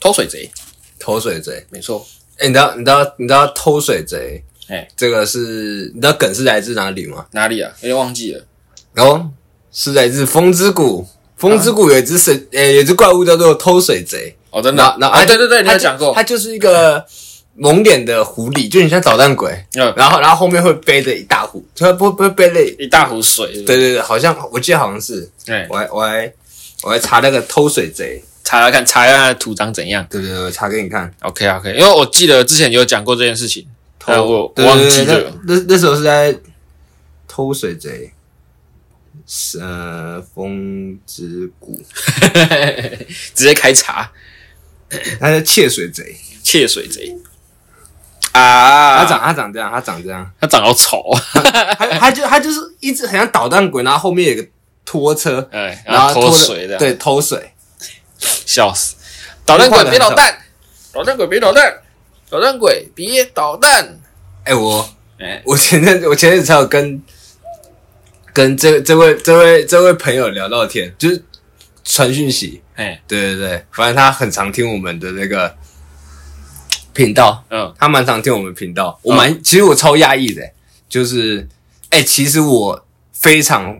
偷水贼，偷水贼。没错，哎、你知道你知道你知道偷水贼哎，这个是你知道梗是来自哪里吗？哪里啊？有点忘记了，然后是来自风之谷。风之谷有一只水，呃、有一只怪物叫做偷水贼。哦，真的然后啊，，然后啊，它就对对对，你它有就讲过它，就是一个蒙脸的狐狸，就很像捣蛋鬼。嗯，然后，然后后面会背着一大壶，它不不会背着一，一大壶水，哎对对对，好像我记得好像是，对，我还我还我还查那个偷水贼，查查看，查一下它的图长怎样对对对，我查给你看。 ？OK OK，因为我记得之前有讲过这件事情，但我我对忘记对对了。那那那时候是在偷水贼，是呃，风之谷， 直接开查他是窃水贼，窃水贼啊！他长他长这样，他长这 样，他长得好丑，啊他他就他就是一直很像捣蛋鬼，然后后面有个拖车， 哎，然后偷拖着水的，，对，偷水。笑死！捣蛋鬼别捣蛋，捣蛋鬼别捣蛋，捣蛋鬼别捣蛋。哎、我哎，我前阵子我前阵子才有跟跟这这位这位这位朋友聊到天，就是传讯息，哎，对对对，反正他很常听我们的那个频道，嗯，他蛮常听我们频道，我嗯蛮、其实我超压抑的、就是哎、其实我非常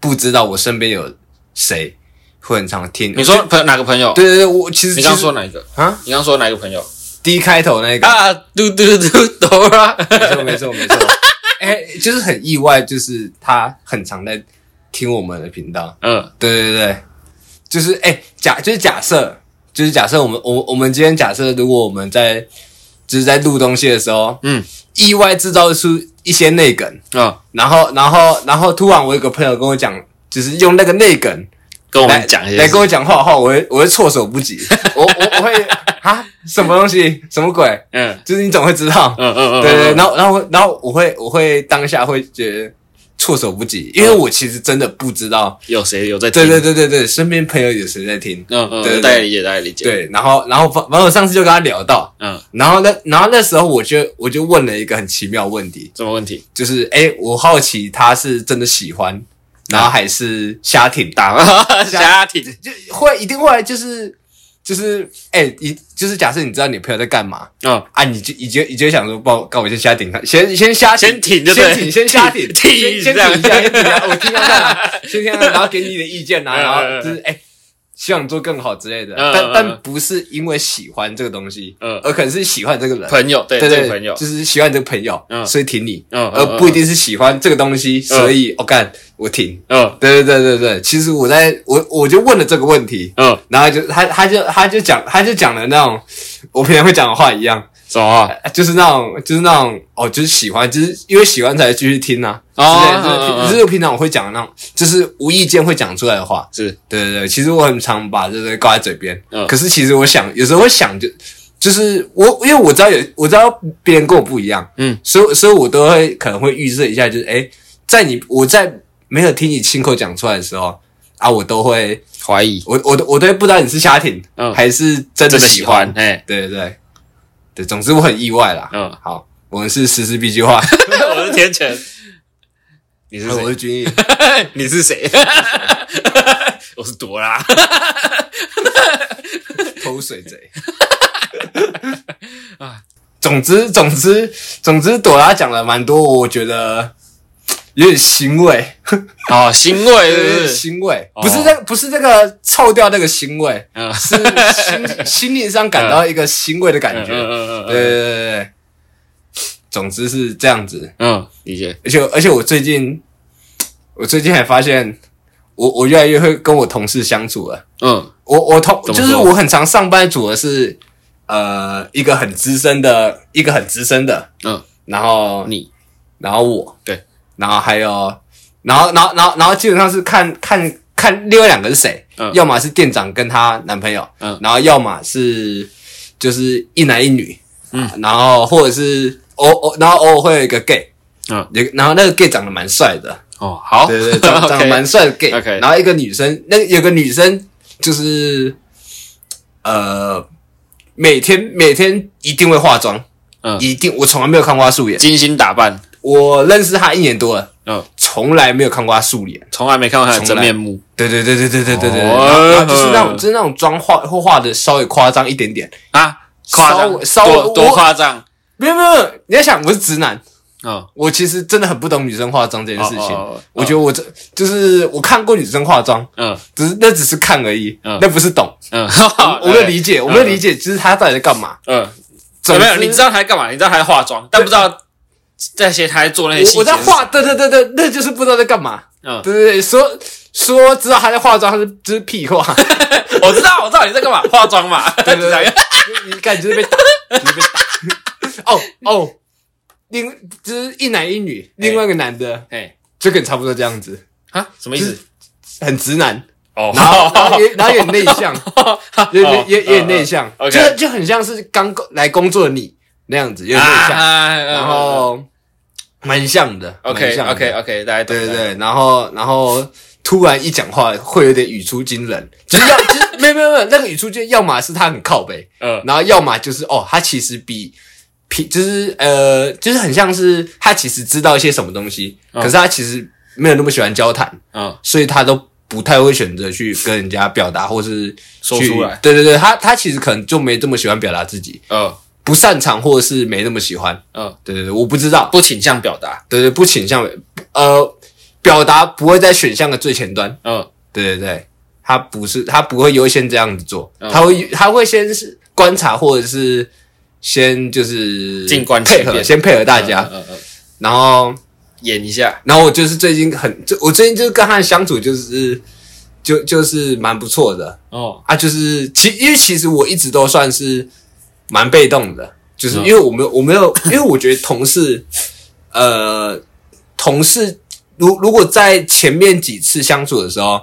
不知道我身边有谁会很常听。你说朋友哪个朋友？对对对，我其实你刚其实说哪一个？啊，你刚说哪一个朋友？第一开头那 个，啊，嘟嘟嘟哆啦，没错没错没错，哎、就是很意外，就是他很常在听我们的频道。 嗯，对对对对，就是哎、假就是假设，就是假设我们我我们今天假设，如果我们在就是在录东西的时候，嗯，意外制造出一些内梗，嗯，然后然后然后突然我有个朋友跟我讲，就是用那个内梗跟我来们讲一下，来跟我讲话的话，我会我会措手 不及，我我我会啊什么东西什么鬼，嗯，就是你总会知道，嗯嗯嗯嗯，对对，嗯然后然后然后我会我会当下会觉得措手不及，因为我其实真的不知道。有谁有在听？对对对对对，身边朋友有谁在听？嗯嗯，对对对大概理解，大概理解。，对，然后然后反反正我上次就跟他聊到，嗯，然后那然后那时候我就我就问了一个很奇妙的问题，什么问 题？就是诶，我好奇他是真的喜欢，嗯然后还是瞎挺大， 打家庭，就会一定会就是就是诶，一就是假设你知道你朋友在干嘛嗯，啊，你就你就你就想说，帮我干我先瞎挺看，先先瞎先挺就对先挺先 瞎挺，挺先先这样挺一下，先挺一下，我听看看啊，先听看看，然后给你的意见啊， 嗯然嗯后就是哎。希望做更好之类的，嗯嗯但嗯但不是因为喜欢这个东西，嗯而可能是喜欢这个人，朋友，对对这个对，朋友，就是喜欢这个朋友，嗯所以挺你，嗯嗯而嗯不一定是喜欢这个东西，所以我干我挺，嗯对对对对对，其实我在我我就问了这个问题，嗯，然后就他他就他就讲他就讲了那种我平常会讲的话一样，什么啊？就是那种就是那种哦，就是喜欢，就是因为喜欢才继续听哦啊。之类的嗯嗯嗯就是就是平常我会讲的那种，就是无意间会讲出来的话。是，对对对，其实我很常把这个挂在嘴边，嗯可是其实我想有时候会想就。就是我，因为我知道有，我知道别人跟我不一样，嗯，所以所以我都会可能会预设一下，就是诶、在你我在没有听你亲口讲出来的时候啊，我都会怀疑，我我都我都会不知道你是瞎挺、嗯还是真的真的喜喜欢，，欢哎，对对对，对，总之我很意外啦。 嗯，好，我们是实施 B 计 划，我是天成，你是我谁？是君毅， 你是谁？ 我是朵拉，偷 水贼。啊总之，总之，总之，朵拉讲了蛮多，我觉得有点欣慰，哦，欣慰有是不点是？ 欣慰，哦不是那个，不是那个臭掉那个欣慰，嗯是心 心灵上感到一个欣慰的感嗯觉。嗯对对对对对，总之是这样子。嗯，理解。而且而且我最近，我最近还发现，我我越来越会跟我同事相处了。嗯我我同怎么说就是我很常上班组的是，呃，一个很资深的，一个很资深的，嗯，然后你然后我对，然后还有，然后然后然后然后基本上是看看看另外两个是谁，嗯要么是店长跟她男朋友，嗯然后要么是就是一男一女，嗯，然后或者是偶偶，然后偶尔会有一个 gay，嗯，有然后那个 gay 长得蛮帅的，哦，好，对对 对，长长得蛮帅的 gay。 OK 然后一个女生，那有个女生就是，呃，每天每天一定会化妆，嗯一定我从来没有看过她素颜，精心打扮，我认识他一年多了，嗯，从来没有看过他素脸。从来没看过他的真面目，对对对对对对对对，哦然后就是那种就是那种妆画会画的稍微夸张一点点，啊，夸稍张微稍微多多我夸张，没有没有没有，你要想我是直男，嗯，我其实真的很不懂女生化妆这件事情。哦哦哦我觉得我这就是我看过女生化妆，嗯只是那只是看而已，嗯那不是懂。嗯， 我没有理解，我没有理解，解，就是她到底在干嘛？嗯，总之没有，你知道他在干嘛？你知道他在化妆，但不知道这些他在做那些细节。我我在，化，对对对对，那就是不知道在干嘛。嗯，对对对，说说知道她在化妆，她是就是屁话。 我知道，我知道你在干 嘛，化妆嘛。对 对对，你你感觉就是被打，就是被 打。哦哦，另就是一男一女，另外一个男的哎，就跟你差不多这样子，啊，什么意思？很直男。 哦，然后然后也然后也内 向，有哦点有有点嗯内向，嗯就 OK 就很像是刚工来工作的你那样子，有点内向，啊，然后蛮像的蛮 OK 像的 OK OK，大家懂对对，对，然后然后突然一讲话会有点语出惊人，就是要 就是没有没有没有那个语出惊，要么是他很靠北，嗯然后要么就是哦，他其实比。平就是呃，就是很像是他其实知道一些什么东西，嗯可是他其实没有那么喜欢交谈，嗯所以他都不太会选择去跟人家表达，或是说去出来对对对，他他其实可能就没这么喜欢表达自己，嗯不擅长或者是没那么喜欢。嗯，对对对，我不知道，不倾向表达，对对，不倾向呃，表达不会在选项的最前端。嗯对对对，他不是他不会优先这样子做，哦他会他会先是观察或者是。先就是静观其配变合，先配合大家，嗯嗯，然后演一下，然后我就是最近很，就我最近就是跟他的相处就是就就是蛮不错的哦啊，就是其因为其实我一直都算是蛮被动的，就是因为我没有我没有，因为我觉得同事呃同事如如果在前面几次相处的时候，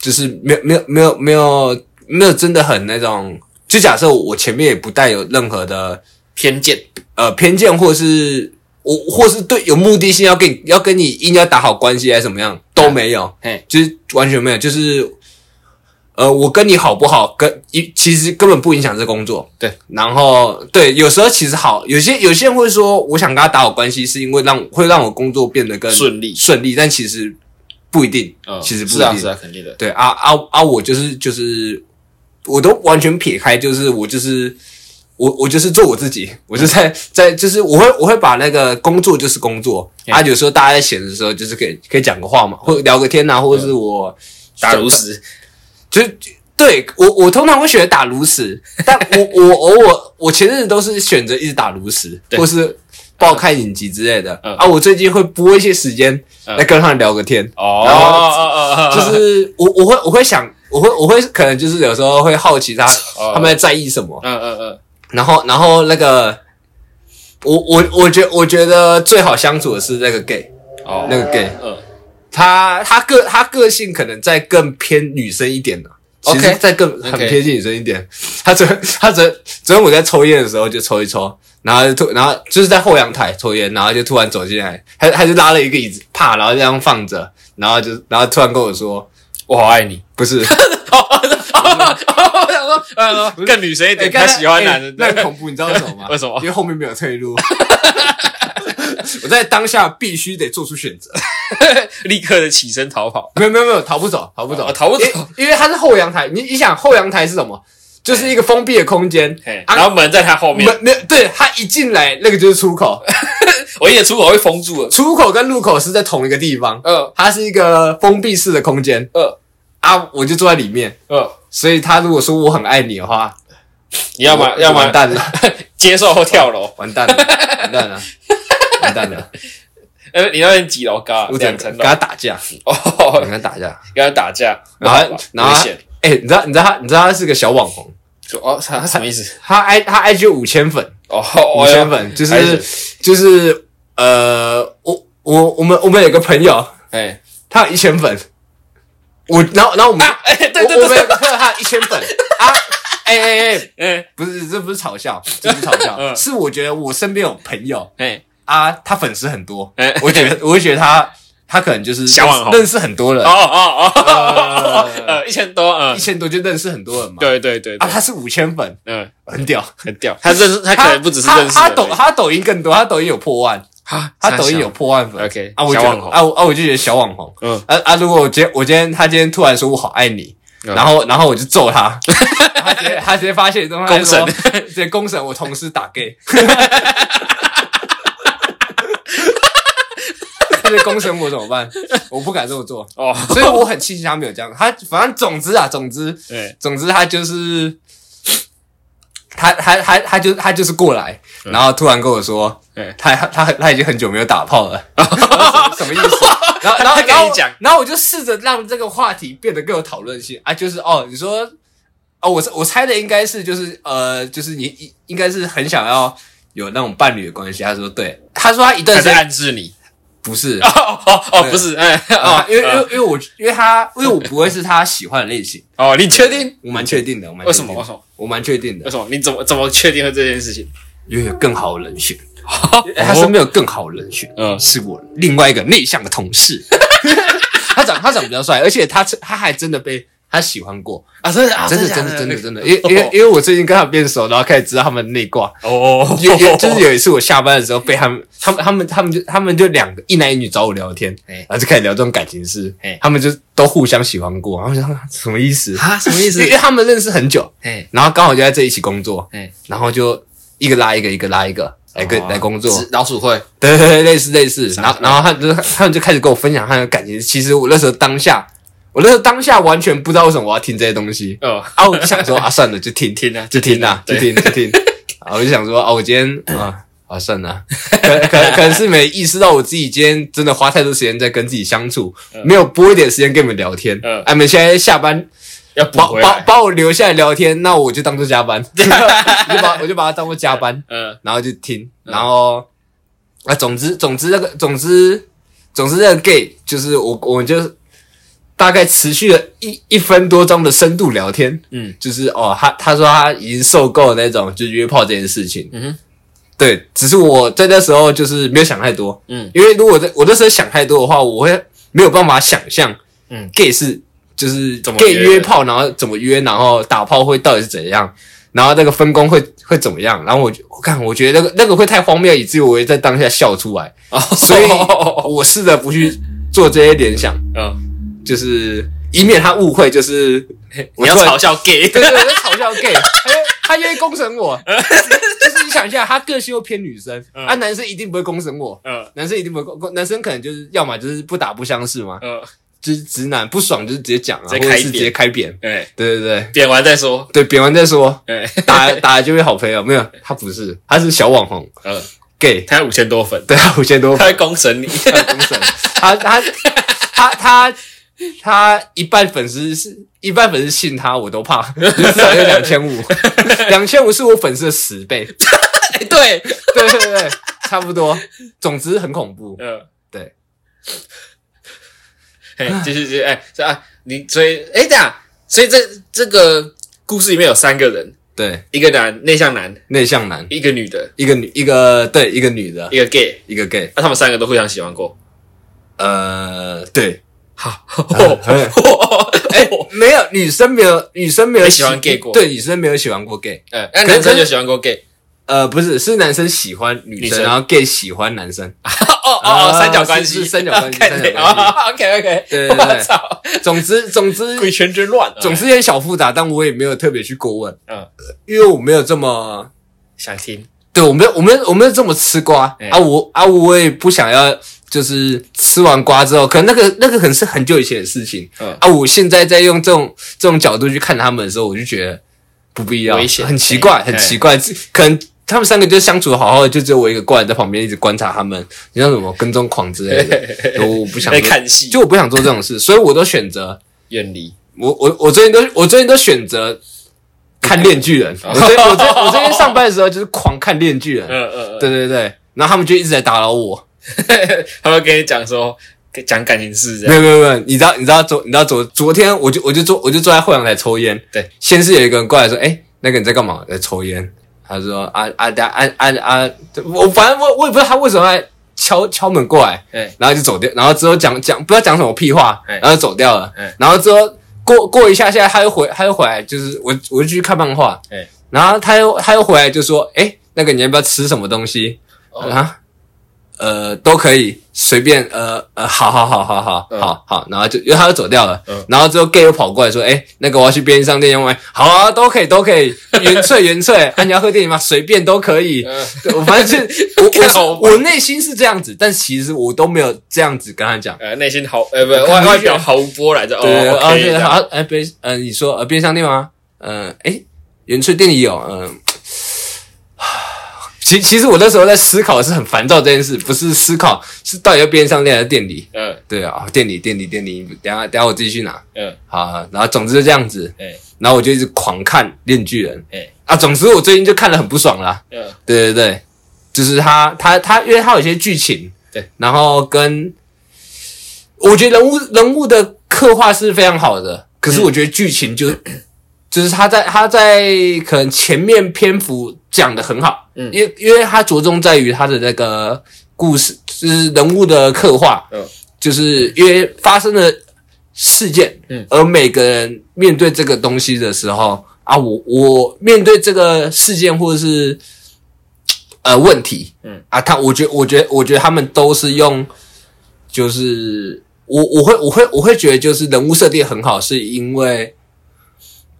就是没有没有没有没有没有真的很那种，就假设我前面也不带有任何的偏见，呃偏见，或是我或是对有目的性要跟你要跟你硬要打好关系还是怎么样都没有，嘿，就是完全没有，就是呃我跟你好不好跟一其实根本不影响这工作。对，然后对，有时候其实好，有些有些人会说我想跟他打好关系是因为让会让我工作变得更顺利顺利，但其实不一定，嗯，其实不一是定。啊是啊，肯定的，对啊啊啊！我就是就是，我都完全撇开，就是我就是我我就是做我自己，我嗯就在在就是我会我会把那个工作就是工作啊，有时候大家在闲的时候，就是可以可以讲个话嘛，或者聊个天呐、或者是我嗯打如实，就是对我我通常会选择打 炉石，但我我偶尔我前阵子都是选择一直打炉石， 对或是报看影集之类的、嗯啊。我最近会拨一些时间嗯来跟他们聊个天。哦然后 哦哦就哦，是我我会我会想，我会我会可能就是有时候会好奇他哦他们在在意什么，嗯嗯嗯，然后然后那个我我我觉我觉得最好相处的是那个 gay 哦那个 gay，嗯他他个他个性可能再更偏女生一点的。其实 OK 再更很 OK 贴近女生一点。他昨他昨昨天我在抽烟的时候就抽一抽，然后就突然后就是在后阳台抽烟，然后就突然走进来，他他就拉了一个椅子，啪，然后这样放着，然后就然后突然跟我说，我好爱你，不是，我想说，我想说啊哦更女神一哎点，他喜欢男人，？那很恐怖，你知道 为什么吗为什么因为后面没有退 路。我在当下必须得做出选择，立刻的起身逃跑， 没有没有没有，逃不走，逃不走，哦逃不走因，因为它是后阳台。你你想后阳台是什么？就是一个封闭的空间嘿，，啊然后门在他后面，门没有，对，他一进来那个就是出 口，我一点出口会封住了，出口跟入口是在同一个地方，嗯它是一个封闭式的空间嗯啊，我就坐在里面，嗯，所以他如果说我很爱你的话，你要么我要么完蛋了，接受或跳楼。完蛋了，完蛋了，完蛋了。呃，你那边几楼高啊？我两整层跟楼他打架，我哦，跟他打 架，跟他打架，不然好后吧然后危他险，哎、你知道你知道他你知道他是个小网红，就哦，他他什么意思？他 i 他 IG 有五千粉，哦，五我千粉就还是就是呃，我我我们我们有个朋友，哎他有一千粉，我然后然后我们、啊，哎，对我对我们对有个朋友他有一千 粉啊，哎哎哎，对，不是这不是嘲笑，这不是嘲笑，嗯是我觉得我身边有朋友哎啊，他粉丝很多，哎哎，我觉得我会觉得他他可能就是小网红认识很多人哦。哦哦哦，呃， 一千多，一嗯，千多就认识很多人嘛。对对对啊，对，他是五千粉，嗯，很屌。很屌，他认识，他可能不只是认识 他而已，他抖他抖音更多，他抖音有破万。啊，他抖音有破万粉 OK，啊，我小觉网得红啊我啊，我就觉得小网红，嗯啊啊，如果我今天我今天他今天突然说我好爱你，嗯然后然后我就揍 他，他直接他直接发现东公审，直接公审我同事打 gay，他直接公审我怎么办？我不敢这么做，哦，所以我很庆幸他没有这样。他反正总之啊，总之对，总之他就是，他他他他就他就是过来，嗯然后突然跟我说对，他他他他已经很久没有打炮 了，然后什么什么意思？然后然后他跟你然后讲然后我就试着让这个话题变得更有讨论性啊，就是哦，你说哦，我我猜的应该是就是呃，就是你应应该是很想要有那种伴侣的关系。他说对，他说他一段他时在间暗示你。不是。哦哦哦，对不是，哎，哦啊，，因为因为因为我因为他因为我不会是他喜欢的类型，哦，你确定？我蛮确定的，我蛮为什么？确为定什的么？我蛮确定的为，什么？你怎么怎么确定了这件事情？因为有更好的 人选，他身边有更好的人选，嗯是我另外一个内向的 同事，他长他长得比较帅，而且他他还真的被他喜欢过，啊，真的啊，真的假真的真的真的，那因为个因为因为我最近跟他变熟，然后开始知道他们 内挂，哦，有有就是有一次我下班的时候被他们他们他们他们就他们就两个一男一女找我聊天，哎然后就开始聊这种感情事哎，他们就都互相喜欢过，然后我想 什么意思？啊，什么意 因思为？因为他们认识很久，哎然后刚好就在这一起工作，哎，然后就一个拉一个，一个拉一个来跟、来工作，哦是老鼠会对对对，类似类似。啥然后然后他就他们就开始跟我分享他的感情。其实我那时候当下，我那时候当下完全不知道为什么我要听这些东西哦，啊，我就想说啊， 算了，就听听啊就听啦，就就听听就听。啊，我就想说啊，我今天啊。啊，算了，可可可能是没意识到我自己今天真的花太多时间在跟自己相处，没有拨一点时间跟你们聊天。嗯啊，你们现在下班要补把回把来。把我留下来聊天，那我就当做加 班，我就把我就把它当做加班，嗯，然后就听，然后啊，总之总之那个总之总之那个 gay 就是我我就大概持续了一一分多钟的深度聊天，嗯，就是哦，他他说他已经受够了那种就是约炮这件事情，嗯哼，对，只是我在那时候就是没有想太多，嗯，因为如果在我那时候想太多的话，我会没有办法想象，嗯，gay 是就是怎么 gay 约约炮，然后怎么约，然后打炮会到底是怎样，然后那个分工会会怎么样，然后我就我看我觉得那个那个会太荒谬，以至于我会在当下笑出来，哦，所以我试着不去做这些联想，嗯，就是以免他误会，就是你要我突然嘲笑 gay，对对，我在嘲笑 gay，他愿他愿意攻审 我，就是你想一下，他个性又偏女生，嗯啊，男生一定不会攻审我，嗯男生一定不会，男生可能就是要么就是不打不相识嘛，嗯，就是直男不爽就是直接讲啊，直接或者开是扁直接开扁，对，对对对哎点完再说，哎对，扁完再说，对，打了打了就会好朋友，没有他不是，他是小网红嗯， gay，他五千多粉，对他五千多他会公审你，粉公审，他他他他他一半粉丝是一半粉丝信他，我都怕，至少有两 千五，两千五是我粉丝的十倍，哎 对，对对对，差不多，总之很恐怖，嗯，对，嘿，继续继续，哎，是啊，你所以，哎，等一下，所以这这个故事里面有三个人，对一个男内向男，内向男。一个女的，一个女，一个对，一个女的，一个 gay，啊一个 gay，那他们三个都互相喜欢过，呃，对，好，哎哎， 没有女生没有女生没有没喜欢 gay 过对，女生没有喜欢过 gay，哎，那男生就喜欢过 gay，呃，不是，是男生喜欢女女生，生然后 gay 喜欢男生，哦哦哦，三角关啊是系，是三 角关系三角关系 OK OK，对对对哦我操，总之总 之鬼圈真乱，啊总之有点小复杂，但我也没有特别去过问，呃嗯，因为我没有这么，想听，对我没有我没有我没有这么吃瓜、哎啊，我啊我也不想要。就是吃完瓜之后，可能那个那个可能是很久以前的事情，嗯啊，我现在在用这种这种角度去看他们的时候，我就觉得不必要，危险很奇怪，哎很奇怪。这可能他们三个就相处得好好的，就只有我一个怪人在旁边一直观察他们，你像什么跟踪狂之类的，我不想在做看戏就我不想做这种事，所以我都选择远离，我我我最近都我最近都选择看恋巨人。我最我最我最近上班的时候就是狂看恋巨人，哦嗯嗯，对对对，然后他们就一直在打扰我。 他会跟你讲说讲感情事这没样，有没有没有，你知道你知道昨你知道昨昨天我就我就坐我就坐在后阳台抽烟，对，先是有一个人过来说，哎、那个你在干嘛？在抽烟。他说啊啊大啊啊啊，我反正我我也不知道他为什么来敲敲门过来，哎然后就走掉，然后之后讲讲不知道讲什么屁话，哎然后就走掉了哎，然后之后过过一下下他又回他又回来，就是我我就去看漫画，哎，然后他又他又回来就说，哎、那个你要不要吃什么东西？哦啊，呃都可以随便呃呃，好好好好好嗯好好，然后就因为他就走掉了嗯，然后之后 gay 又跑过来说，哎，那个我要去便利商店用完，好啊，都可以都可以，原萃 原萃，啊你要喝电影吗？随便都可以，嗯对我反正是 看好我烦我我内心是这样子，但其实我都没有这样子跟他讲。呃，内心毫呃不外外表毫无波澜，就哦对，而 OK，这且样好，哎，别，呃，你说呃，便利商店吗？呃，哎，原萃店里有，嗯、其其实我那时候在思考是很烦躁这件事，不是思考是到底要便利商店还是店里？嗯对啊，店里店里店里，等一下等一下我自己去拿。嗯，好，然后总之就这样子，哎然后我就一直狂看《链锯人哎》啊，总之我最近就看得很不爽啦。嗯对对对，就是他他他，因为他有些剧情，对，然后跟我觉得人物人物的刻画是非常好的，可嗯是我觉得剧情就、 就是他在他在可能前面篇幅讲的很好，嗯因为因为他着重在于他的那个故事，就是人物的刻画，嗯就是因为发生了事件，嗯而每个人面对这个东西的时候啊，我我面对这个事件或者是呃问题，嗯啊，他我觉我觉我觉得他们都是用，就是我我会我会我会觉得就是人物设定很好，是因为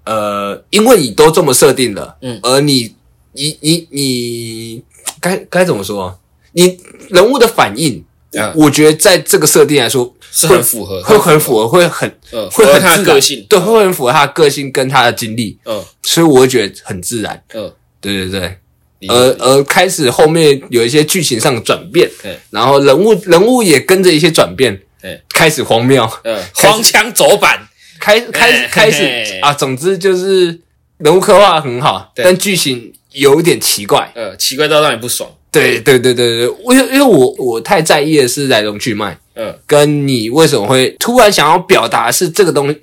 呃，因为你都这么设定了，嗯而你你你你该该怎么说？啊你人物的反应，嗯，我觉得在这个设定来说，是很符合，会很符合，会很嗯，会符合很他自的然个性，对，会很符合他的个性跟他的经历，嗯所以我会觉得很自然。嗯，对对对，理解而而开始后面有一些剧情上的转变对，然后人物人物也跟着一些转变对，开始荒谬，嗯，开始荒腔走板，开开始哎嘿开嘿始啊，总之就是人物刻画得很好，对但剧情有点奇怪。呃，奇怪到让你不爽，对对对对对，因为因为我我太在意的是来龙去脉，嗯跟你为什么会突然想要表达是这个东西。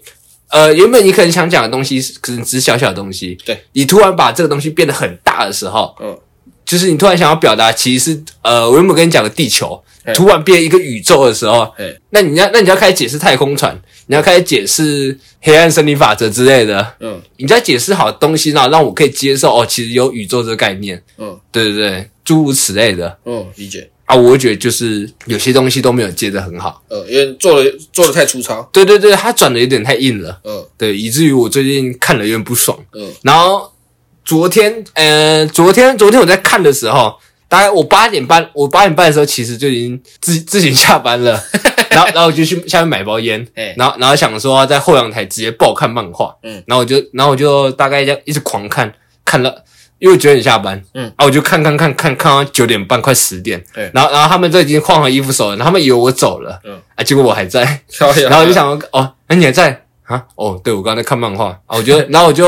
呃，原本你可能想讲的东西是可能只是小小的东西，对你突然把这个东西变得很大的时候，嗯就是你突然想要表达，其实是呃，我原本跟你讲的地球嘿，突然变一个宇宙的时候嘿，那你要那你要开始解释太空船，你要开始解释黑暗森林法则之类的，嗯你要解释好东西，然后让我可以接受哦，其实有宇宙这个概念，嗯对对对，诸如此类的嗯，理解，啊，我会觉得就是有些东西都没有接得很好，呃，因为做的做的太粗糙，对对对，它转的有点太硬了，嗯对，以至于我最近看了有点不爽。嗯然后昨天，呃，昨天昨天我在看的时候，大概我八点半，我八点半的时候其实就已经自自己下班 了，然后然后我就去下面买包烟哎，然后然后想说在后阳台直接爆看漫画，嗯，然后我就然后我就大概这样一直狂看，看了。因为我九点下班，嗯啊，我就看看看看看到九点半快十点，对然后然后他们都已经换好衣服手了，他们以为我走了，嗯，啊，结果我还在，靠呀然后我就想说，哦，那你还在啊？哦，对，我刚才在看漫画啊，我觉得，然后我就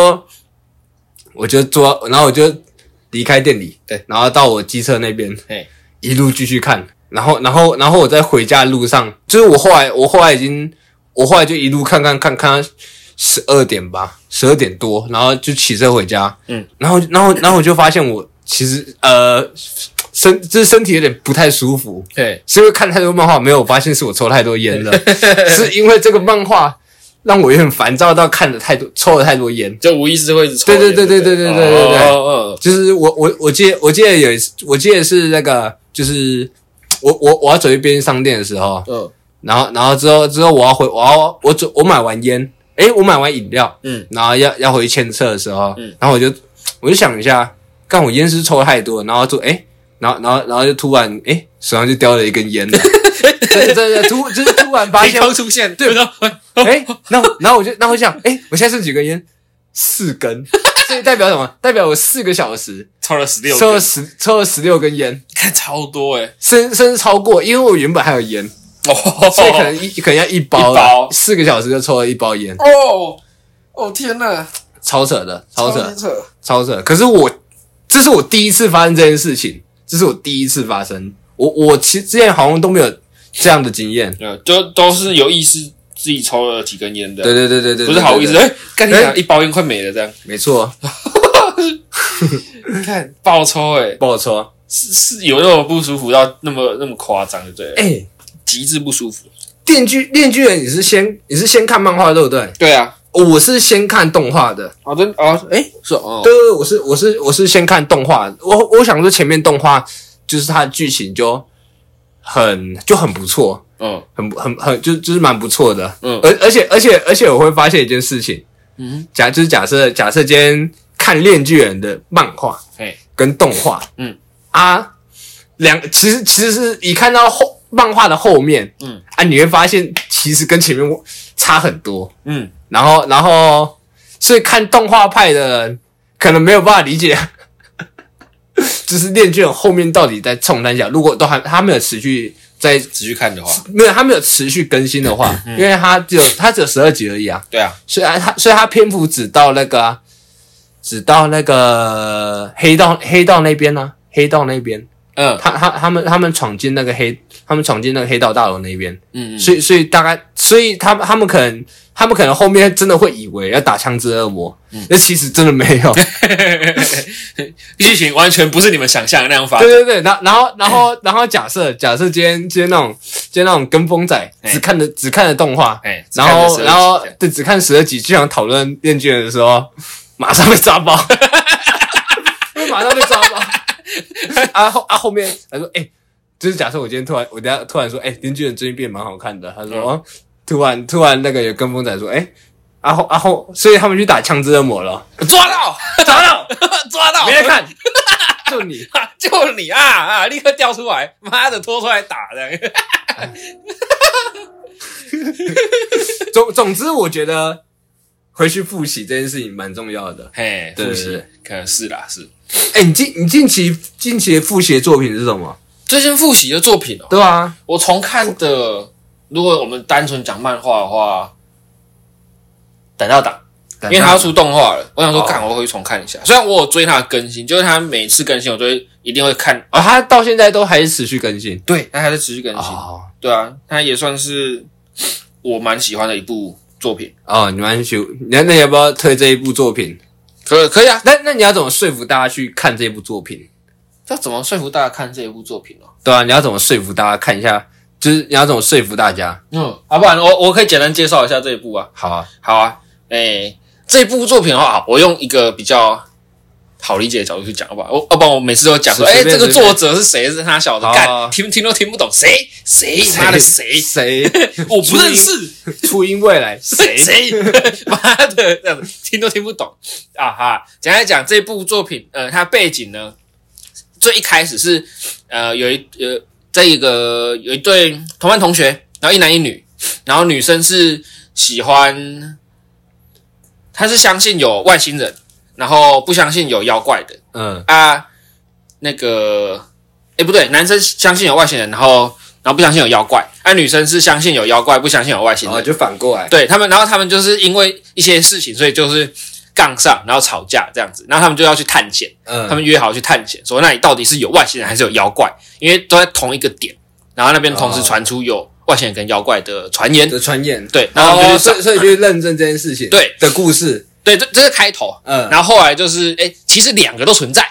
我就坐，然后我就离开店里，对，然后到我机车那边嘿，一路继续看，然后，然后，然后我在回家的路上，就是我后来，我后来已经，我后来就一路看看看看十二点吧，十二点多，然后就骑车回家，嗯，然后，然后，然后我就发现我其实呃身就是身体有点不太舒服，嘿，是因为看太多漫画，没有我发现是我抽太多烟了，是因为这个漫画让我有点烦躁到看的太多，抽了太多烟。就无意识会一直抽对烟，对对对不对对对对对哦哦哦就是我我我记得我记得有一次，我记得是那个就是我我我要走去便利商店的时候，哦然后然后之后之后我要回我要我走我买完烟，诶，我买完饮料，嗯然后要要回去牵车的时候，嗯然后我就我就想一下，干我烟是不是抽太多，然后就诶，然后然后然后就突然诶，手上就叼了一根 烟了，对对对，突就是突然嗯，发黑现光出现，对不对？哎、那我然后我就，那我就想，哎、我现在剩几根烟？四根，所以代表什么？代表我四个小时抽了十六，抽了十抽了十六根烟， 看超多哎，甚甚至超过，因为我原本还有烟，哦，所以可能一、可能要一包一啦包四个小时就抽了一包烟，哦哦天哪，超扯的，超扯，扯，超扯。可是我这是我第一次发生这件事情，这是我第一次发生，我我其实之前好像都没有这样的经验。嗯，就都是有意识自己抽了几根烟的，对对对对对，不是好意思，对，对哎，跟你讲，一包烟快没了，这样对没错，你看爆抽，哎，不好抽。是是有那么不舒服到那么那么夸张，对不对了？哎、极致不舒服。电锯电锯人，你是先你是先看漫画对不对？哦对啊，我是先看动画的，哦真哦，哎，是哦，对对对，我是我是我是先看动画。我我想说前面动画就是它的剧情就很就很不错，嗯很很很就就是蛮不错的。嗯而而且而且而且我会发现一件事情，嗯，假就是假设假设今天看《链锯人》的漫画嘿，跟动画，嗯啊，两其实其实是一看到后漫画的后面，嗯啊，你会发现其实跟前面差很多。嗯，然后然后所以看动画派的人可能没有办法理解， 就是《链锯人》后面到底在冲单下，如果都还他没有持续在继续看的话，没有，他没有持续更新的话，因为他只有他只有十二集而已啊，对啊，所以啊他所以他篇幅只到那个、啊，只到那个黑道黑道那边呢、啊，黑道那边，嗯他他他们他们闯进那个黑，他们闯进那个黑道大楼那边，嗯嗯，所以所以大概，所以他们他们可能他们可能后面真的会以为要打枪支恶魔，嗯那、其实真的没有，剧情完全不是你们想象的那样发展，对对对，然然后然后然后假设假设今天今天那种今天那种跟风仔哎只看的只看的动画，哎只然看了后12然后集这样对只看十二集就想讨论链锯人的时候，马上被 抓包，因为马上被抓包。 啊后啊后面他说哎、就是假设我今天突然我等下突然说哎链锯人最近变得蛮好看的，他说、嗯哦突然突然那个有跟风仔说哎。啊后啊后，所以他们去打枪支恶 魔了，抓到抓到，抓到，没人看，就你， 啊，就你啊啊！立刻掉出来，妈的，拖出来打的。 总总之，我觉得回去复习这件事情蛮重要的。嘿，对复习对，可能是啦，是。哎、你近你近期近期的复习的作品是什么？最近复习的作品哦，对啊，我重看的，如果我们单纯讲漫画的话，等到打，因为它要出动画了，我想说，哦看我会重看一下。虽然我有追它的更新，就是它每次更新，我都会一定会看。啊、哦，他到现在都还是持续更新。对，它还在持续更新。哦对啊，它也算是我蛮喜欢的一部作品。哦，你蛮喜，那那你要不要推这一部作品？可可以啊，那那你要怎么说服大家去看这部作品？要怎么说服大家看这一部作品哦？对啊，你要怎么说服大家看一下？就是你要怎么说服大家？嗯，啊，不然我我可以简单介绍一下这一部啊。好啊，好啊，诶、这部作品的话，我用一个比较好理解的角度去讲，好不好？我要哦不然我每次都讲说，诶、随随便这个随便作者是谁？是他小的，好干、啊听听都听不懂，谁谁妈的 谁，谁我不认识初音未来谁？谁， 妈的这样子听都听不懂啊哈！简单来讲，这部作品，呃，它背景呢，最一开始是呃有一呃这一个有一对同班同学，然后一男一女，然后女生是喜欢，她是相信有外星人，然后不相信有妖怪的嗯啊。那个，哎不对，男生相信有外星人，然后然后不相信有妖怪，啊女生是相信有妖怪，不相信有外星然人后。就反过来，对他们，然后他们就是因为一些事情，所以就是杠上，然后吵架这样子，然后他们就要去探险，嗯，他们约好去探险，说那里到底是有外星人还是有妖怪？因为都在同一个点，然后那边同时传出有外星人跟妖怪的传言。的传言，对，然然后就后是所以所以就认哦证这件事情，对的故事，对，这这是开头，嗯，然后后来就是哎，其实两个都存在，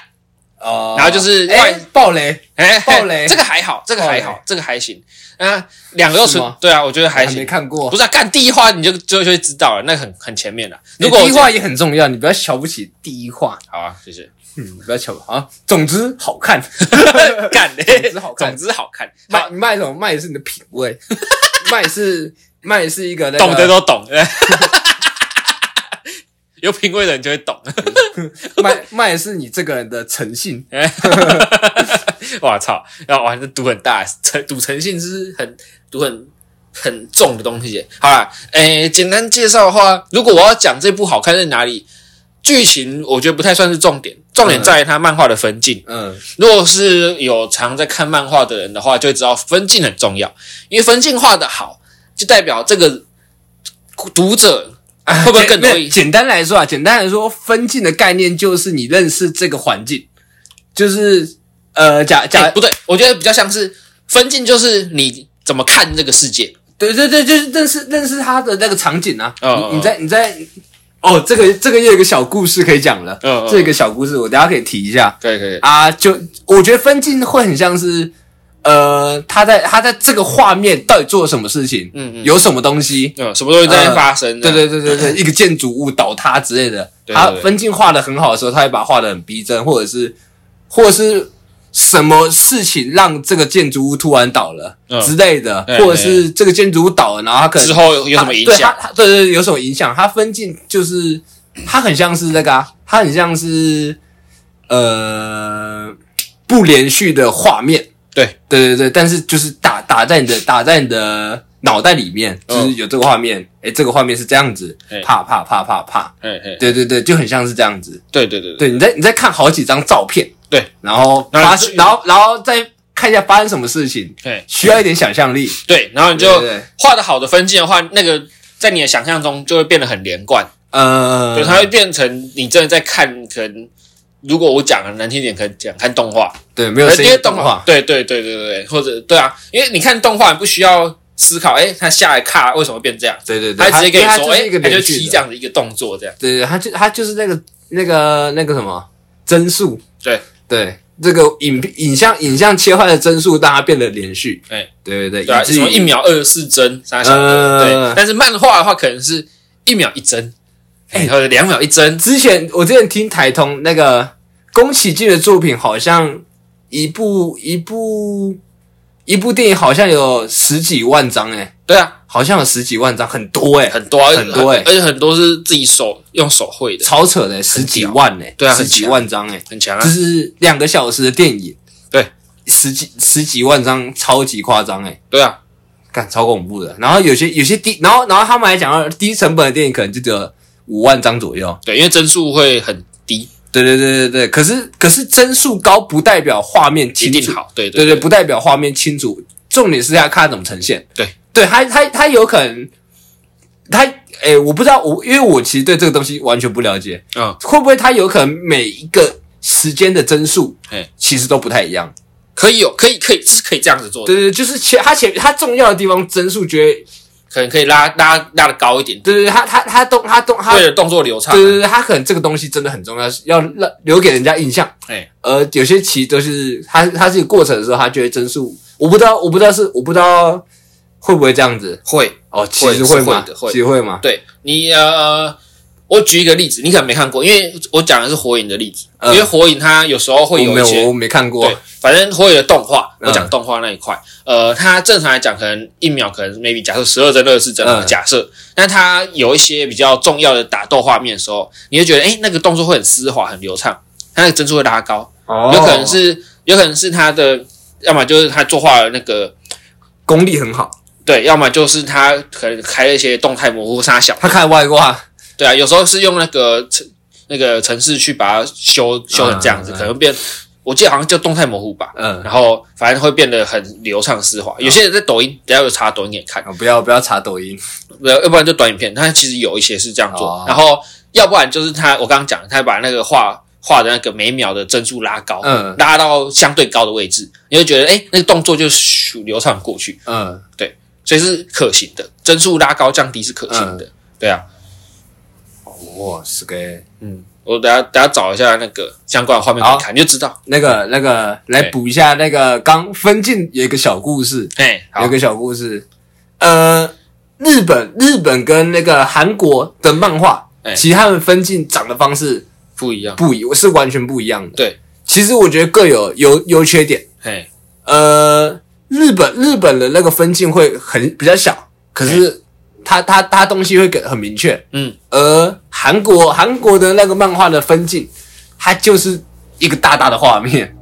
哦，然后就是哎、外暴雷，哎，爆雷这个还好，这个还爆好，这个还行啊，两个都是存吗，对啊，我觉得还还没行。看过。不是啊，干第一话你就就就会知道了，那个很很前面了。如果欸我第一话也很重要，你不要瞧不起第一话，好啊，谢谢。嗯，不要瞧不啊。总之好 看， 干的，总之好看总之好看，卖卖什么？卖的是你的品 味，卖的是卖的是一个、那个、懂得都懂。 有品味的人就会懂。 都卖卖的是你这个人的诚信。哎我操，然后哇，这赌很大，诚赌诚信是很赌很很重的东西耶。好啦，诶、简单介绍的话，如果我要讲这部好看在哪里，剧情我觉得不太算是重点，重点在于它漫画的分镜。嗯，如果是有常在看漫画的人的话，就会知道分镜很重要，因为分镜画的好，就代表这个读者 啊会不会更简容哎那易？哎简单来说啊，简单来说，分镜的概念就是你认识这个环境，就是呃，假假、哎不对，我觉得比较像是分镜，就是你怎么看这个世界。对对对，就是认识认识他的那个场景啊。嗯你你在你在哦，这个这个又有一个小故事可以讲了。嗯嗯嗯这个小故事我等一下可以提一下可以可以，啊。就我觉得分镜会很像是，呃，他在他在这个画面到底做了什么事情，嗯嗯有什么东西。嗯，什么东西在发生？呃对对对对 对，一个建筑物倒塌之类的，对对他对分镜画的很好的时候，他会把它画的很逼真，或者是，或者是什么事情让这个建筑物突然倒了嗯之类的，对或者是这个建筑物倒了，然后它可能之后有有什么影它响？对它它对对，对有什么影响？它分镜就是它很像是那个、啊，它很像是呃不连续的画面。对对对对，但是就是打打在你的打在你的脑袋里面，嗯就是有这个画面，诶，这个画面是这样子对，啪啪啪啪啪，哎哎，对对对，就很像是这样子。对对对对，对，你在你在看好几张照片，对，然后然后发你生，就然后然后再看一下发生什么事情，对需要一点想象力。对，然后你就对对对画的好的分镜的话，那个在你的想象中就会变得很连贯，呃，对，它会变成你真的在看，可能如果我讲的难听点，可能讲看动画，对没有可是声因为音动画，，对对对对对对，或者对啊，因为你看动画你不需要思考，哎，它下一卡为什么变这样？对对对，他直接跟它你因说，为它就是哎一个，他就连续踢的这样的一个动作，这样对对，他就他就是那个那个那个什么帧数，对对，这个影影像影像切换的帧数让它变得连续，哎对对对啊，以至什么于一秒二四帧啥小的，呃对。但是漫画的话，可能是一秒一帧，哎，或者两秒一帧，之前我之前听台通那个宫崎骏的作品，好像一部一部一部电影好像有十几万张哎、对啊，好像有十几万张，很多哎、很多啊很多欸而且很多是自己手用手绘的，超扯的、十几万哎、对啊十几很强万张哎、很强啊就。是两个小时的电影，对，十几十几万张，超级夸张哎，对啊，干超恐怖的。然后有些有些低，然后然后他们还讲到低成本的电影可能就只有五万张左右，对，因为帧数会很低，对对对对对。可是可是帧数高不代表画面一清定楚，好。对对对，对，不代表画面清楚，重点是要看它怎么呈现。对，对，它它它有可能，它诶、我不知道，我因为我其实对这个东西完全不了解，嗯，会不会它有可能每一个时间的帧数哎，其实都不太一样？可以有，可以可以是可以这样子做的，对对，对就是前它前它重要的地方帧数绝对可能可以拉拉拉的高一点，对对，它它它动它动它为对了动作流畅啊。对对，它可能这个东西真的很重要，要让留给人家印象。哎，呃，有些棋都是它它这个过程的时候，它就会帧数，我不知道我不知道是我不知道会不会这样子。会，哦，其实会是会嘛的，会的其实会嘛，对你呃，我举一个例子，你可能没看过，因为我讲的是火影的例子，嗯因为火影它有时候会我有没一有，些我没看过对，，反正火影的动画，嗯我讲动画那一块，呃，它正常来讲可能一秒可能 maybe 假设十二帧二十帧嗯假设，但它有一些比较重要的打斗画面的时候，你会觉得哎、诶那个动作会很丝滑很流畅，它那个帧数会拉高，哦有可能是有可能是它的，要么就是它作画的那个。功力很好，对，要么就是它可能开了一些动态模糊杀小，他看外挂，对啊，有时候是用那个城那个城市去把它修修成这样子，嗯嗯嗯可能变，我记得好像叫动态模糊吧。嗯，然后反正会变得很流畅丝滑。有些人在抖音，等一下有查抖音给你看，哦不要不要查抖音，呃要要不然就短影片，它其实有一些是这样做哦。然后要不然就是他，我刚刚讲，他把那个画画的那个每秒的帧数拉高，嗯拉到相对高的位置，你会觉得哎，那个动作就咻流畅过去，嗯，所以是可行的，帧数拉高降低是可行嗯的。对啊，哇，是个嗯，我等下等下找一下那个相关的画面给你看，你就知道。那个那个来对补一下那个刚分镜有一个小故事，哎，好有一，个小故事，呃，日本日本跟那个韩国的漫画哎，其实他们分镜长的方式不一样。不一，是完全不一样的。对，其实我觉得各有优优缺点。嘿，呃，日本日本的那个分镜会很比较小，可哎是它它它东西会给很明确，嗯，而韩国韩国的那个漫画的分镜，它就是一个大大的画面，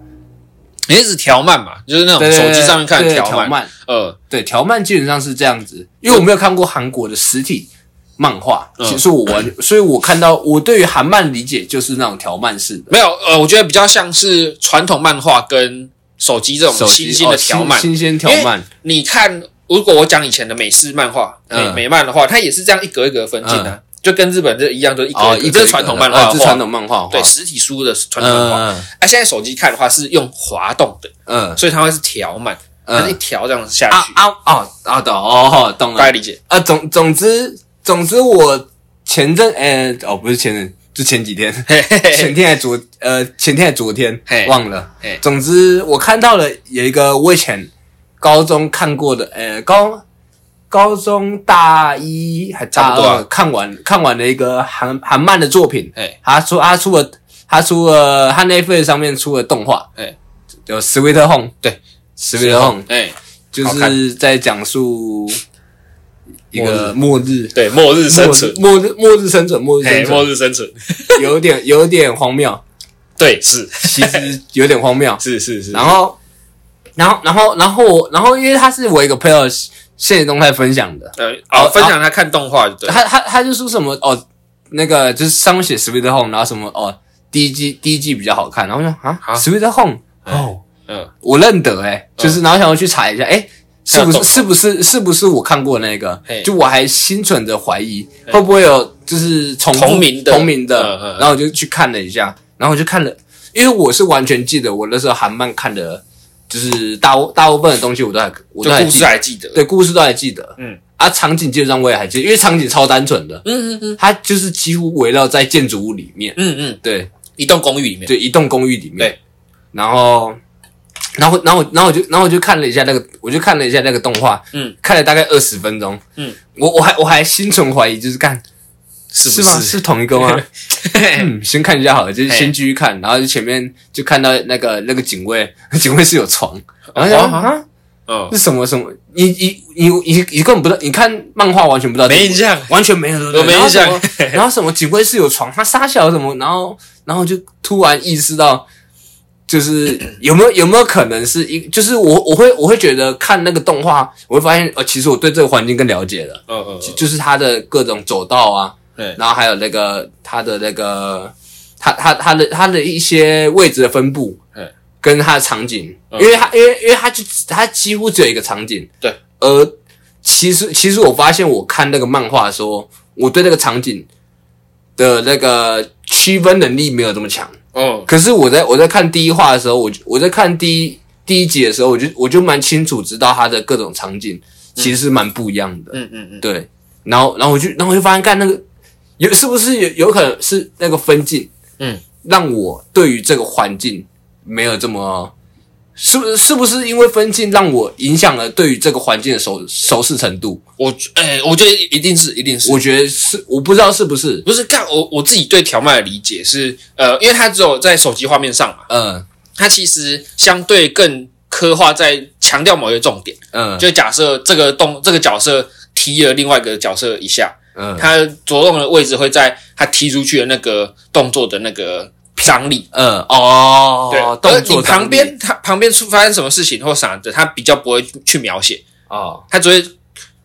你是指调慢嘛？就是那种对手机上面看对的对调调慢。慢，呃，对调慢基本上是这样子，因为我没有看过韩国的实体。漫画，嗯其实我完，所以我看到我对于韩漫理解就是那种调慢式的没有，呃，我觉得比较像是传统漫画跟手机这种手新机兴的调慢哦。新新鲜调慢，你看，如果我讲以前的美式漫画、美嗯美漫的话，它也是这样一格一格分进的，就跟日本这一样，就一格哦，一格。个这是传统漫画的哦话，这是传统漫画，对画实体书的传统漫画。嗯哎，现在手机看的话是用滑动的，嗯，所以它会是调慢，嗯它是一条这样下啊去，啊哦啊懂哦懂大家了理解？啊总总之总之我前阵呃哦不是前阵就前几天嘿嘿嘿 前天还昨呃前天还昨天嘿忘了嘿总之我看到了有一个我以前高中看过的呃高高中大一还差大不多啊二看完看完了一个韩韩漫的作品嘿，他出他出了他出了他 Netflix 上面出了动画嘿有 Sweet Home，哎对，Sweet Home 哎，就好是在讲述一个末日。对，末日生末存日，，末日，末日生存，末日哎，生末存，日生存， 有点，有点荒谬，对，是其实有点荒谬。是是是，然后，然后，然后，然后我，然后，因为他是我一个朋友现实动态分享的，呃，哦，哦分享他看动画，对，他他他就说什么哦，那个就是上面写 Sweet Home，然后什么哦，第一季第一季比较好看，然后我说啊啊，Sweet Home 哦，嗯，我认得哎、就是然后想要去查一下，哎、是不嗯是是不是是不是我看过那个嘿？就我还心存着怀疑，会不会有就是重复同名的同名嗯嗯的嗯？然后我就去看了一下，然后我就看了，因为我是完全记得我那时候韩漫看的，就是大部大部分的东西我都还我都就还故记事得，还记得，对故事都还记得，嗯啊场景基本上我也还记得，因为场景超单纯的，嗯嗯嗯它就是几乎围绕在建筑物里面，嗯嗯，对一栋公寓里面，对，一栋公寓里面。对，然后，然后，然后，然后我就，然后我就看了一下那个，我就看了一下那个动画，嗯，看了大概二十分钟，嗯，我我还我还心存怀疑，就是干是不吗？是同一 个吗？ 嗯，先看一下好了，就是嘿先继续看，然后就前面就看到那个那个警卫，警卫室有床，然后就哦啊，嗯，是什么什么？你你你你你根本不知道，你看漫画完全不知道，没印象，完全没有，对不对我没印象 然后什么 然后什么警卫室有床，他杀小什么，然后然后就突然意识到，就是有没有有没有可能是一，就是我我会我会觉得看那个动画，我会发现，呃，其实我对这个环境更了解了，嗯嗯，嗯就是它的各种走道啊，对，然后还有那个它的那个它它它的它的一些位置的分布嗯，跟它的场景，嗯因为它因为因为它就它几乎只有一个场景，对，而其实其实我发现我看那个漫画的时候，我对那个场景的那个区分能力没有这么强，嗯可是我在我在看第一话的时候，我就我在看第一第一集的时候，我就我就蛮清楚知道它的各种场景其实是蛮不一样的，嗯嗯嗯，对，然后然后我就然后我就发现，干那个有是不是有有可能是那个分镜，嗯，让我对于这个环境没有这么，是不是是不是因为分镜让我影响了对于这个环境的熟熟视程度？我哎，我觉得一定是一定是，我觉得是，我不知道是不是，不是干我我自己对条漫的理解是，呃，因为它只有在手机画面上嘛，嗯它其实相对更刻画在强调某一个重点。嗯就假设这个动这个角色踢了另外一个角色一下，嗯他着重的位置会在他踢出去的那个动作的那个张力。嗯哦，对，而动你作旁边他旁边出发生什么事情或啥的，他比较不会去描写，哦。他只会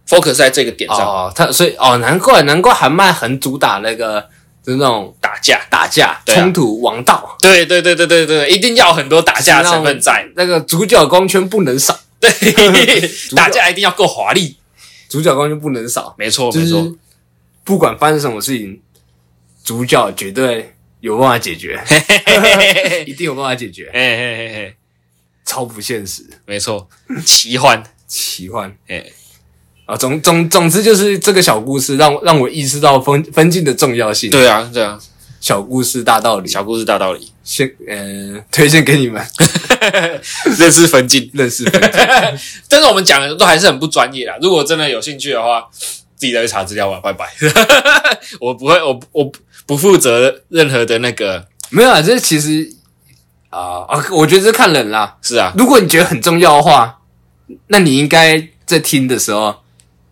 focus 在这个点上、哦，他所以哦，难怪难怪韩漫很主打那个，就是那种打架。打架、对啊冲突、王道，对对对对对对，一定要有很多打架的成分 在。那种那个主角光圈不能少， 对，角打架一定要够华丽。主角光圈不能少，没错就没错是，不管发生什么事情，主角绝对有办法解决，嘿嘿嘿嘿嘿一定有办法解决，嘿嘿嘿嘿，超不现实，没错，奇幻。奇幻哎，啊！总总总之就是这个小故事让让我意识到分分镜的重要性，对啊对啊，小故事大道理，小故事大道理。先呃推荐给你们 认识分镜。认识分镜。但是我们讲的都还是很不专业啦。如果真的有兴趣的话，自己再去查资料吧。拜 拜，我不会，我不我不不负责任何的那个。没有啊，这其实啊啊，我觉得这看人啦。是啊，如果你觉得很重要的话，那你应该在听的时候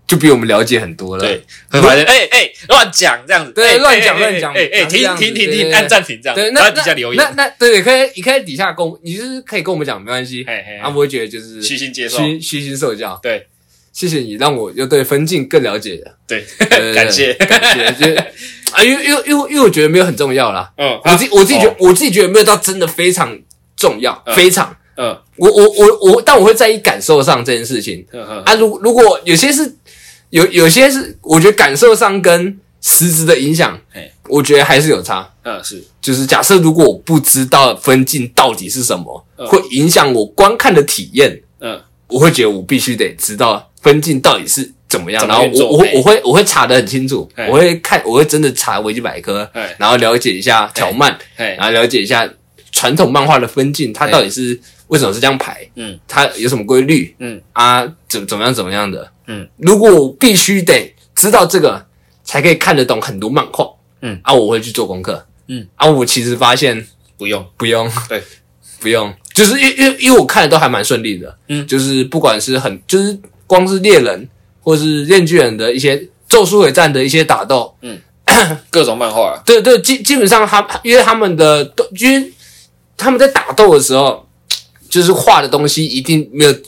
就比我们了解很多了。对，会发现哎哎乱讲这样子，对哎乱讲哎乱讲哎哎哎，这停样子停停对对停，对按暂停这样子，对，然那后底下留那言，那那对，可以，你可以底下跟我，你就是可以跟我们讲，没关系嘿嘿，嘿啊，我会觉得就是虚心接受虚虚心受教。对谢谢你让我又对分镜更了解了，对 对对，对感谢， 感谢，就 啊，因为因为因为因为我觉得没有很重要啦，嗯，我自己我自己觉得哦，我自己觉得没有到真的非常重要，嗯非常，嗯我我我我，但我会在意感受上这件事情嗯嗯啊，如如果有些是有有些是，我觉得感受上跟实质的影响嘿，我觉得还是有差。嗯，是就是假设如果我不知道分镜到底是什么，嗯会影响我观看的体验，嗯我会觉得我必须得知道分镜到底是怎么样，怎么然后运作哎我我会嘿我会我会查得很清楚，嘿我会看我会真的查维基百科嘿，然后了解一下条漫，哎然后了解一下传统漫画的分镜，它嘿到底是为什么是这样排，嗯，它有什么规律嗯啊，怎怎么样怎么样的，嗯，如果我必须得知道这个，才可以看得懂很多漫画，嗯啊，我会去做功课，嗯，啊，我其实发现。不用，不用，对，不用，就是因为因为因为我看的都还蛮顺利的，嗯就是不管是很就是光是猎人或是炼巨人的一些咒术回战的一些打斗，各种漫画啊，对对，基基本上他因为他们的斗，因为他们在打斗的时候，就是画的东西一定没有，就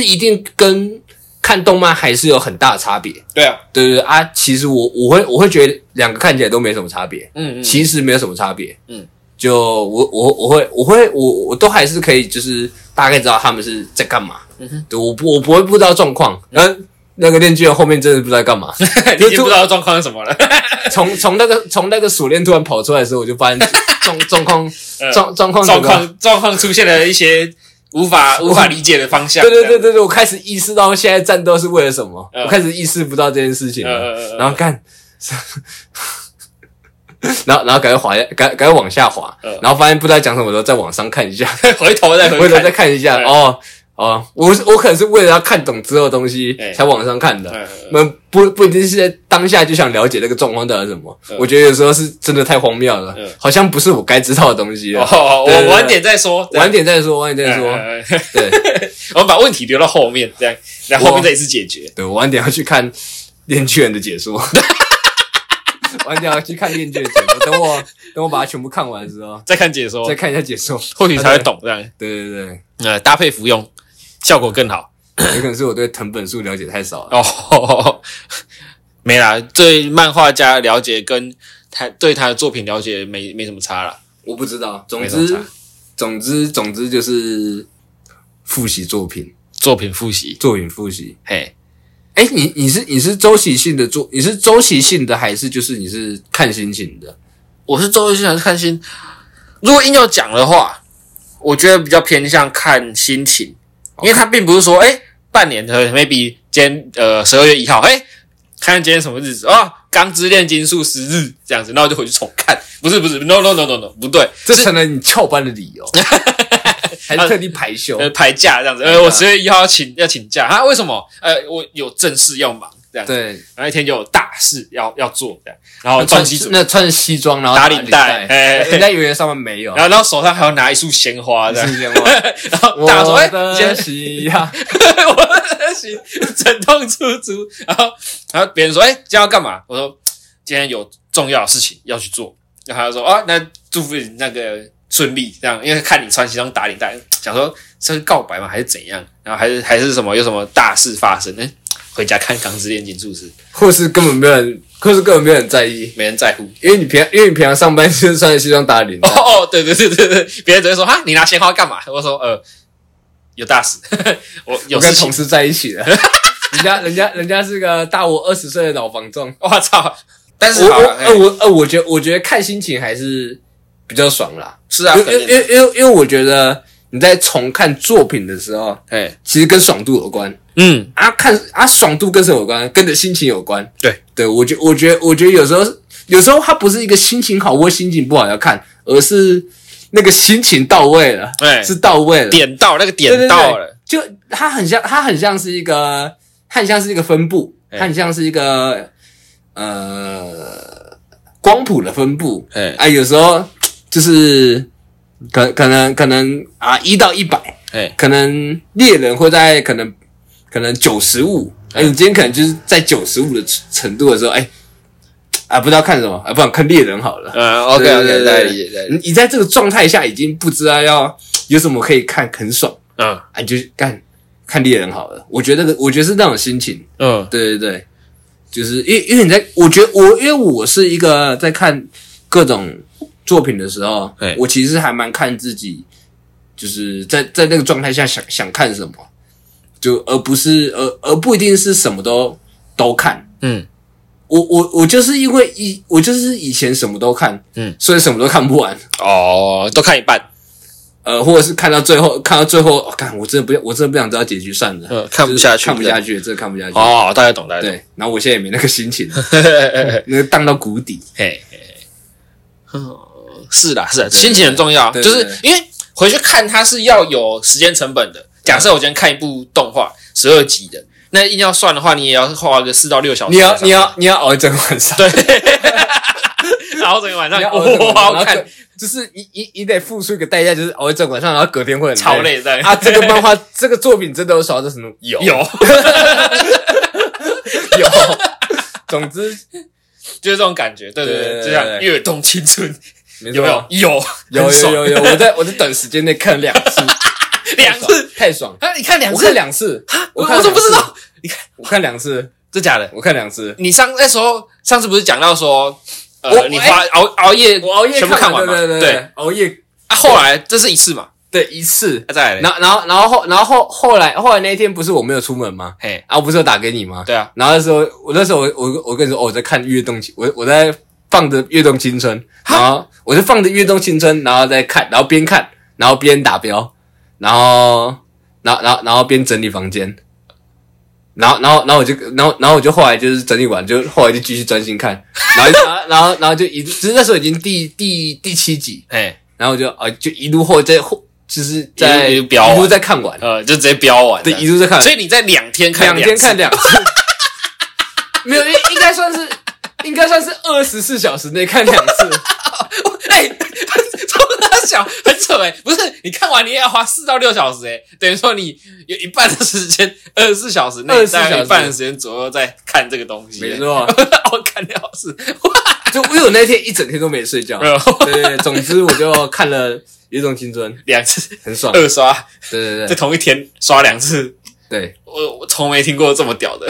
就一定跟看动漫还是有很大的差别。对啊，对对对啊，其实我我会我会觉得两个看起来都没什么差别，嗯嗯，其实没有什么差别。嗯，就我我我会我会我我都还是可以，就是大概知道他们是在干嘛。嗯哼，对我不我不会不知道状况。嗯、那个链锯人后面真的不知道干嘛， 你已经不知道状况是什么 了，从从那个从那个锁链突然跑出来的时候，我就发现 状状况呃状状况状整个况状况出现了一些无 法无法理解的方向，对对对对对，我开始意识到现在战斗是为了什么，嗯我开始意识不到这件事情这样，了。呃呃呃，然后干， 然后然后赶快滑下，赶赶快往下滑嗯，然后发现不知道讲什么的时候，再往上看一下， 回头再回回头看再看一下嗯。哦哦，我是我可能是为了要看懂之后的东西哎才往上看的。嗯那不不一定是在当下就想了解那个状况到底是什么，嗯我觉得有时候是真的太荒谬了嗯，好像不是我该知道的东西哦哎了。哦，对对我对晚点再说，晚点再说，晚点再再说。说，对 我们把问题留到后面，这样，然后后面再一次解决。对，我晚点要去看《链锯人》的解说， 晚点要去看《链锯人》的解说。等我等我把它全部看完之后，再看解说再，看一下解说。或许才会懂这样。对对对，呃，搭配服用，效果更好。有可能是我对藤本树了解太少了。哦， 没啦，对漫画家了解跟他对他的作品了解没没什么差啦。我不知道，总没之什么差总之总之就是复习作品，作品复习，作品复习。嘿，哎，你你是你是周期性的做，你是周期性的还是就是你是看心情的？我是周星还是看心？如果硬要讲的话，我觉得比较偏向看心情，因为他并不是说，哎、半年的 maybe 今天呃十二月一号，哎、看今天什么日子啊？哦钢之炼金术十日这样子，那我就回去重看。不是不是，no no no no no，不对，这成了你翘班的理 由，还是特地排休？呃排假这样子，呃，我十月一号要请要请假啊？为什么？呃，我有正事要忙这样，，对，然后一天就有大事要要做这样，然后哦穿穿西装，那穿西装，然后打领领带哎人家以为上面没有然。后然后手上还要拿一束鲜花这样，是 这样吗然后大家说，我哎、的你先喜呀，我行，忍痛出租。然后，然后别人说：“哎、今天要干嘛？”我说：“今天有重要的事情要去做。”然后他就说：“啊，那祝福你那个顺利。”这样，因为看你穿西装打领带，想说这是告白吗？还是怎样？然后还是还是什么有什么大事发生？哎、回家看《钢之炼金术师》， 或是根本没有人，或是根本没有人在意，没人在乎。因为你平因为你平常上班就是穿着西装打领带哦，哦，对对对对对，别人只会说：“哈，你拿鲜花干嘛？”我说：“呃，有大事，我有我跟事情同。事在一 起了。人家人家人家是个大我二十岁的老房东”，我操！但是我好我了，哎呃我呃我觉得我觉得看心情还是比较爽啦，是啊，因肯为因定的为因为因为我觉得你在重看作品的时候，哎，其实跟爽度有关。嗯。啊，看啊，爽度跟什么有关？跟你的心情有关。对，对我觉我觉我觉得有时候有时候它不是一个心情好或心情不好要看，而是那个心情到位了，对是到位了，点到那个对对点对到了，就它很像它很像是一个它很像是一个分布，哎它很像是一个呃光谱的分布。哎啊，有时候就是可可能可能啊一到一百。哎可能猎人会在可能可能九十五，哎，你今天可能就是在九十五的程度的时候，哎、啊，不知道看什么，啊，不然看猎人好了。嗯，OK OK，对再对理解再理你解，你在这个状态下已经不知道要有什么可以看，很爽嗯啊，你就干看猎人好了。我觉得那个，我觉得是那种心情，嗯对对对，就是因为因为你在，我觉得我因为我是一个在看各种作品的时候哎，我其实还蛮看自己，就是在在那个状态下想想看什么，就而不是而而不一定是什么都都看。嗯，我我我就是因为以我就是以前什么都看，嗯，所以什么都看不完。哦，都看一半，呃，或者是看到最后，看到最后，哦干、我真的不，我真的不想知道结局，算了，嗯看不下去就是看不下去，真的看不下去。哦，大家懂，大家懂，对，然后我现在也没那个 心情，嘿那个荡到谷底。嘿嘿，嗯，是啦是啦，心情很重要，对就对是因为回去看它是要有时间成本的。假设我今天看一部动画十二集的，那硬要哦算的话，你也要花个四到六小时你在上要面。你要你要熬一整晚上，对， 然后整个晚上 你要熬整个我晚上好好看，就是你你你得付出一个代价，就是熬一整晚上，然后隔天会很超累的啊。这个漫画 这个作品真的有少到什么？有有，有。 总之，就是这种感觉，对对对对，对就像对跃动青春，没有错没有？有有很有爽有有，我在我在短时间内看两次，两次太爽，啊？你看两我次看，两次，我看我怎么不知两次道？我看两次，真假的？我看两次，你上那时候上次不是讲到说，我呃，你我哎花熬熬夜，我熬夜全部看完，嘛？对对对对，熬夜啊，后来这是一次嘛？对一次，啊再来嘞，然后然后然后后然后后后来后来那一天不是我没有出门吗？嘿，啊，我不是有打给你吗？对啊，然后那时候，我那时候我我我跟你说，哦，我在看《跃动青》，我我在放着《跃动青春》，然后我就放着《跃动青春》，然后再看，然后边看，然后边打标，然后然后然后然后边整理房间，然后然后然后我就然后然后我就后来就是整理完，就后来就继续专心看，然后然后然后然后就一直，只是那时候已经第第第七集，嘿，然后我就啊、就一路后在后就是在一路一路标完一路在看完，呃，就直接标完了，对，一路在看完，所以你在两天看两天次看两 次，没有，应应该算是应该算是二十四小时内看两次，哎、 超大小很扯哎、不是你看完你也要花四到六小时哎、等于说你有一半的时间，二十四小时内， 24大概小一时半的时间左右在看这个东西、欸。没错 我看了是，就因为我那天一整天都没睡觉。对对对，总之我就看了《有一种青春》，两次很爽。二刷，对对在对同一天刷两次，对，我我从没听过这么屌的。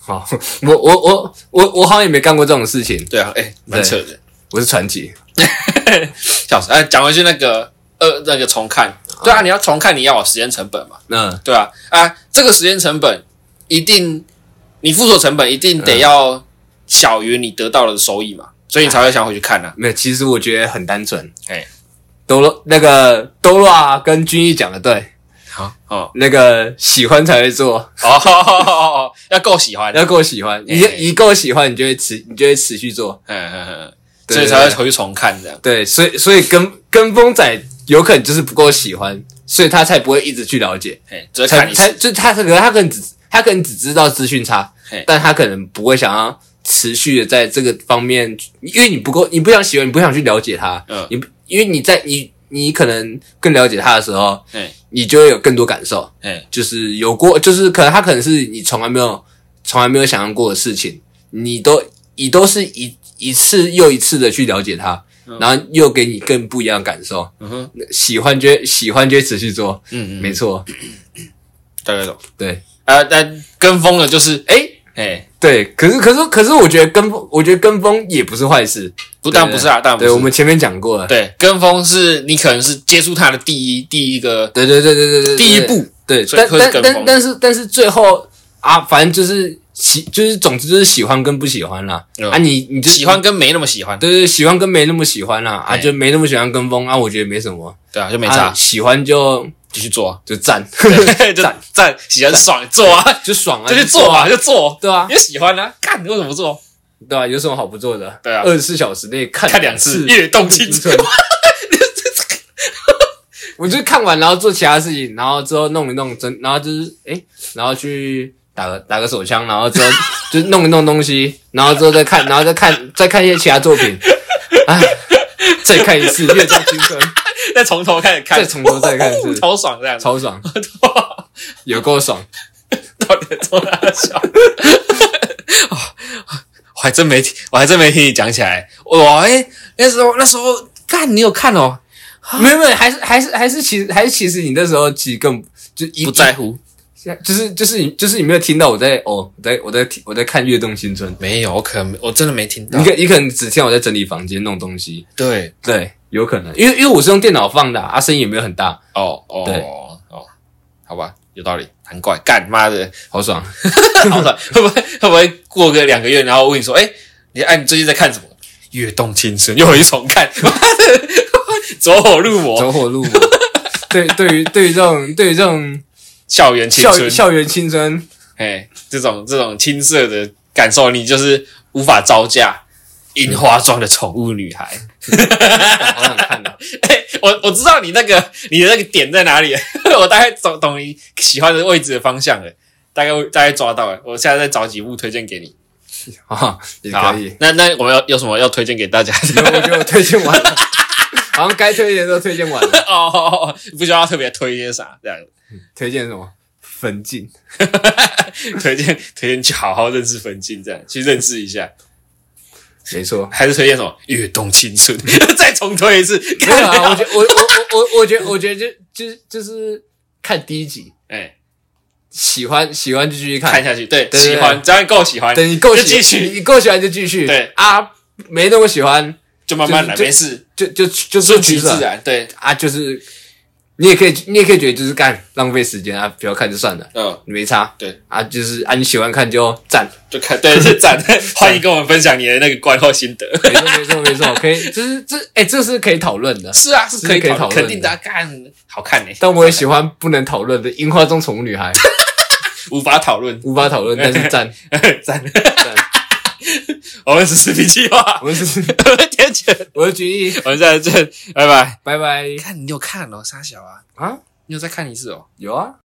好，我我我我我好像也没干过这种事情，对啊，哎、蛮扯的。我是传奇。小时哎，讲回去那个呃那个重看，对啊，你要重看，你要有时间成本嘛。嗯，对啊，啊，这个时间成本一定，你付出的成本一定得要小于你得到的收益嘛，所以你才会想回去看啊。没有，其实我觉得很单纯。哎，多罗那个多罗啊，跟君毅讲的对，好哦那个喜欢才会做，哦， 要够喜欢，嗯要够喜欢，你哎一够喜欢，你就会持，你就会持续做。嗯嗯，对所以才会回去重看这样。对，所以所以跟跟风仔有可能就是不够喜欢，所以他才不会一直去了解，哎，只会才看一才次。就他可能他可能只他可能只知道资讯差嘿，但他可能不会想要持续的在这个方面，因为你不够，你不想喜欢，你不想去了解他，嗯你因为你在你你可能更了解他的时候，哎你就会有更多感受，哎就是有过，就是可能他可能是你从来没有从来没有想象过的事情，你都你都是一一次又一次的去了解它，然后又给你更不一样的感受，嗯哼，喜欢就会喜欢就会持续做，嗯嗯，没错，大概懂。对啊，但跟风的就是哎、哎，对，可是可是可是我觉得跟风，我觉得跟风也不是坏事，不但不是啊，但不对是我。们前面讲过了，对，跟风是你可能是接触他的第一第一个，对对对对对对，第一步，对，所以但会但跟风但但是但是最后啊，反正就是喜就是总之就是喜欢跟不喜欢啦，嗯啊你你就喜欢跟没那么喜欢，对对，喜欢跟没那么喜欢啦、啊，哎就没那么喜欢跟风啊，我觉得没什么，对啊，就没啊，差，喜欢就继续做啊，就赞，对就赞，喜欢爽做啊， 就爽 啊，就去做啊嘛，，就做，对啊因，为喜欢啊，干，你为什么不做？对啊，有什么好不做的？对啊二十四小时内看看两次，跃动青春，我就看完，然后做其他事情，然后之后弄一弄，真，然后就是诶，然后去打个打个手枪，然后 之后就弄一弄东西，然后之后再看，然后再看再看一些其他作品，哎，再看一次《月动青 春》，再从头开始看，再从头再看一次超爽这样，超爽，有够爽。到底多大笑？ 哦我还真没听，我还真没听你讲起来。哇，哎、那时候那时候，干，你有看哦？啊没有没有，还是还是还是其实还是其实你那时候其实更就一不在，乎，就是就是你就是你没有听到我在哦，我在我在听我在看《跃动青春》，没有，我可能我真的没听到你。可你可能只听到我在整理房间弄东西，对，对，有可能，因为因为我是用电脑放的啊，啊声音也没有很大，哦对哦哦，好吧，有道理，难怪。干妈的， 好爽。好了，会不会会不会过个两个月，然后我问你说，哎、你哎、你最近在看什么？跃动青春，又一重看， 妈的，走火入魔， 走火入魔。 对，对于对于这种对于这种校园青校春，校园青春，哎，这种这种青涩的感受，你就是无法招架。樱花妆的宠物女孩， 好想看 的。 哎，我我知道你那个你的那个点在哪里， 我大概懂懂你喜欢的位置的方向了，大概大概抓到了，我现在再找几部推荐给你。啊，也好可以。那那我们有有什么要推荐给大家因为我的？ 觉得我推荐完了， 好像该推荐的都推荐完了。哦，不需要特别推荐啥，这样 推荐什么？粉镜。推荐推荐去好好认识分镜，这样去认识一下，没错。还是推荐什么《跃动青春》， 再重推一次。没有啊，我觉我我我我我觉我觉得就就就是看第一集， 哎，喜欢喜欢就继续看看，下去，对，对对喜欢，只要你够喜欢，等你够就喜继续，你够喜欢就继续。对啊，没那么喜欢就慢慢来，就没事，就就就顺是其取自舍然。对，啊，就是你也可以你也可以觉得就是干浪费时间啊，不要看就算了，嗯，没差。对啊，就是啊，你喜欢看就赞，就看，对，是 赞。欢迎跟我们分享你的那个观后心得。没错没错没错， 可以，就是这哎、这是可以讨论的。是啊，是可以可以讨讨论论，的肯定的啊，干好看呢，但我也喜欢不能讨论的《樱花中宠女孩》，无法讨论， 无法讨论，但是赞。赞。 我们是死皮计划， 我是我是天谴，我是君毅，我们再见，拜拜。拜拜你看，你有看哦，沙小啊，啊，你有再看一次哦。有啊。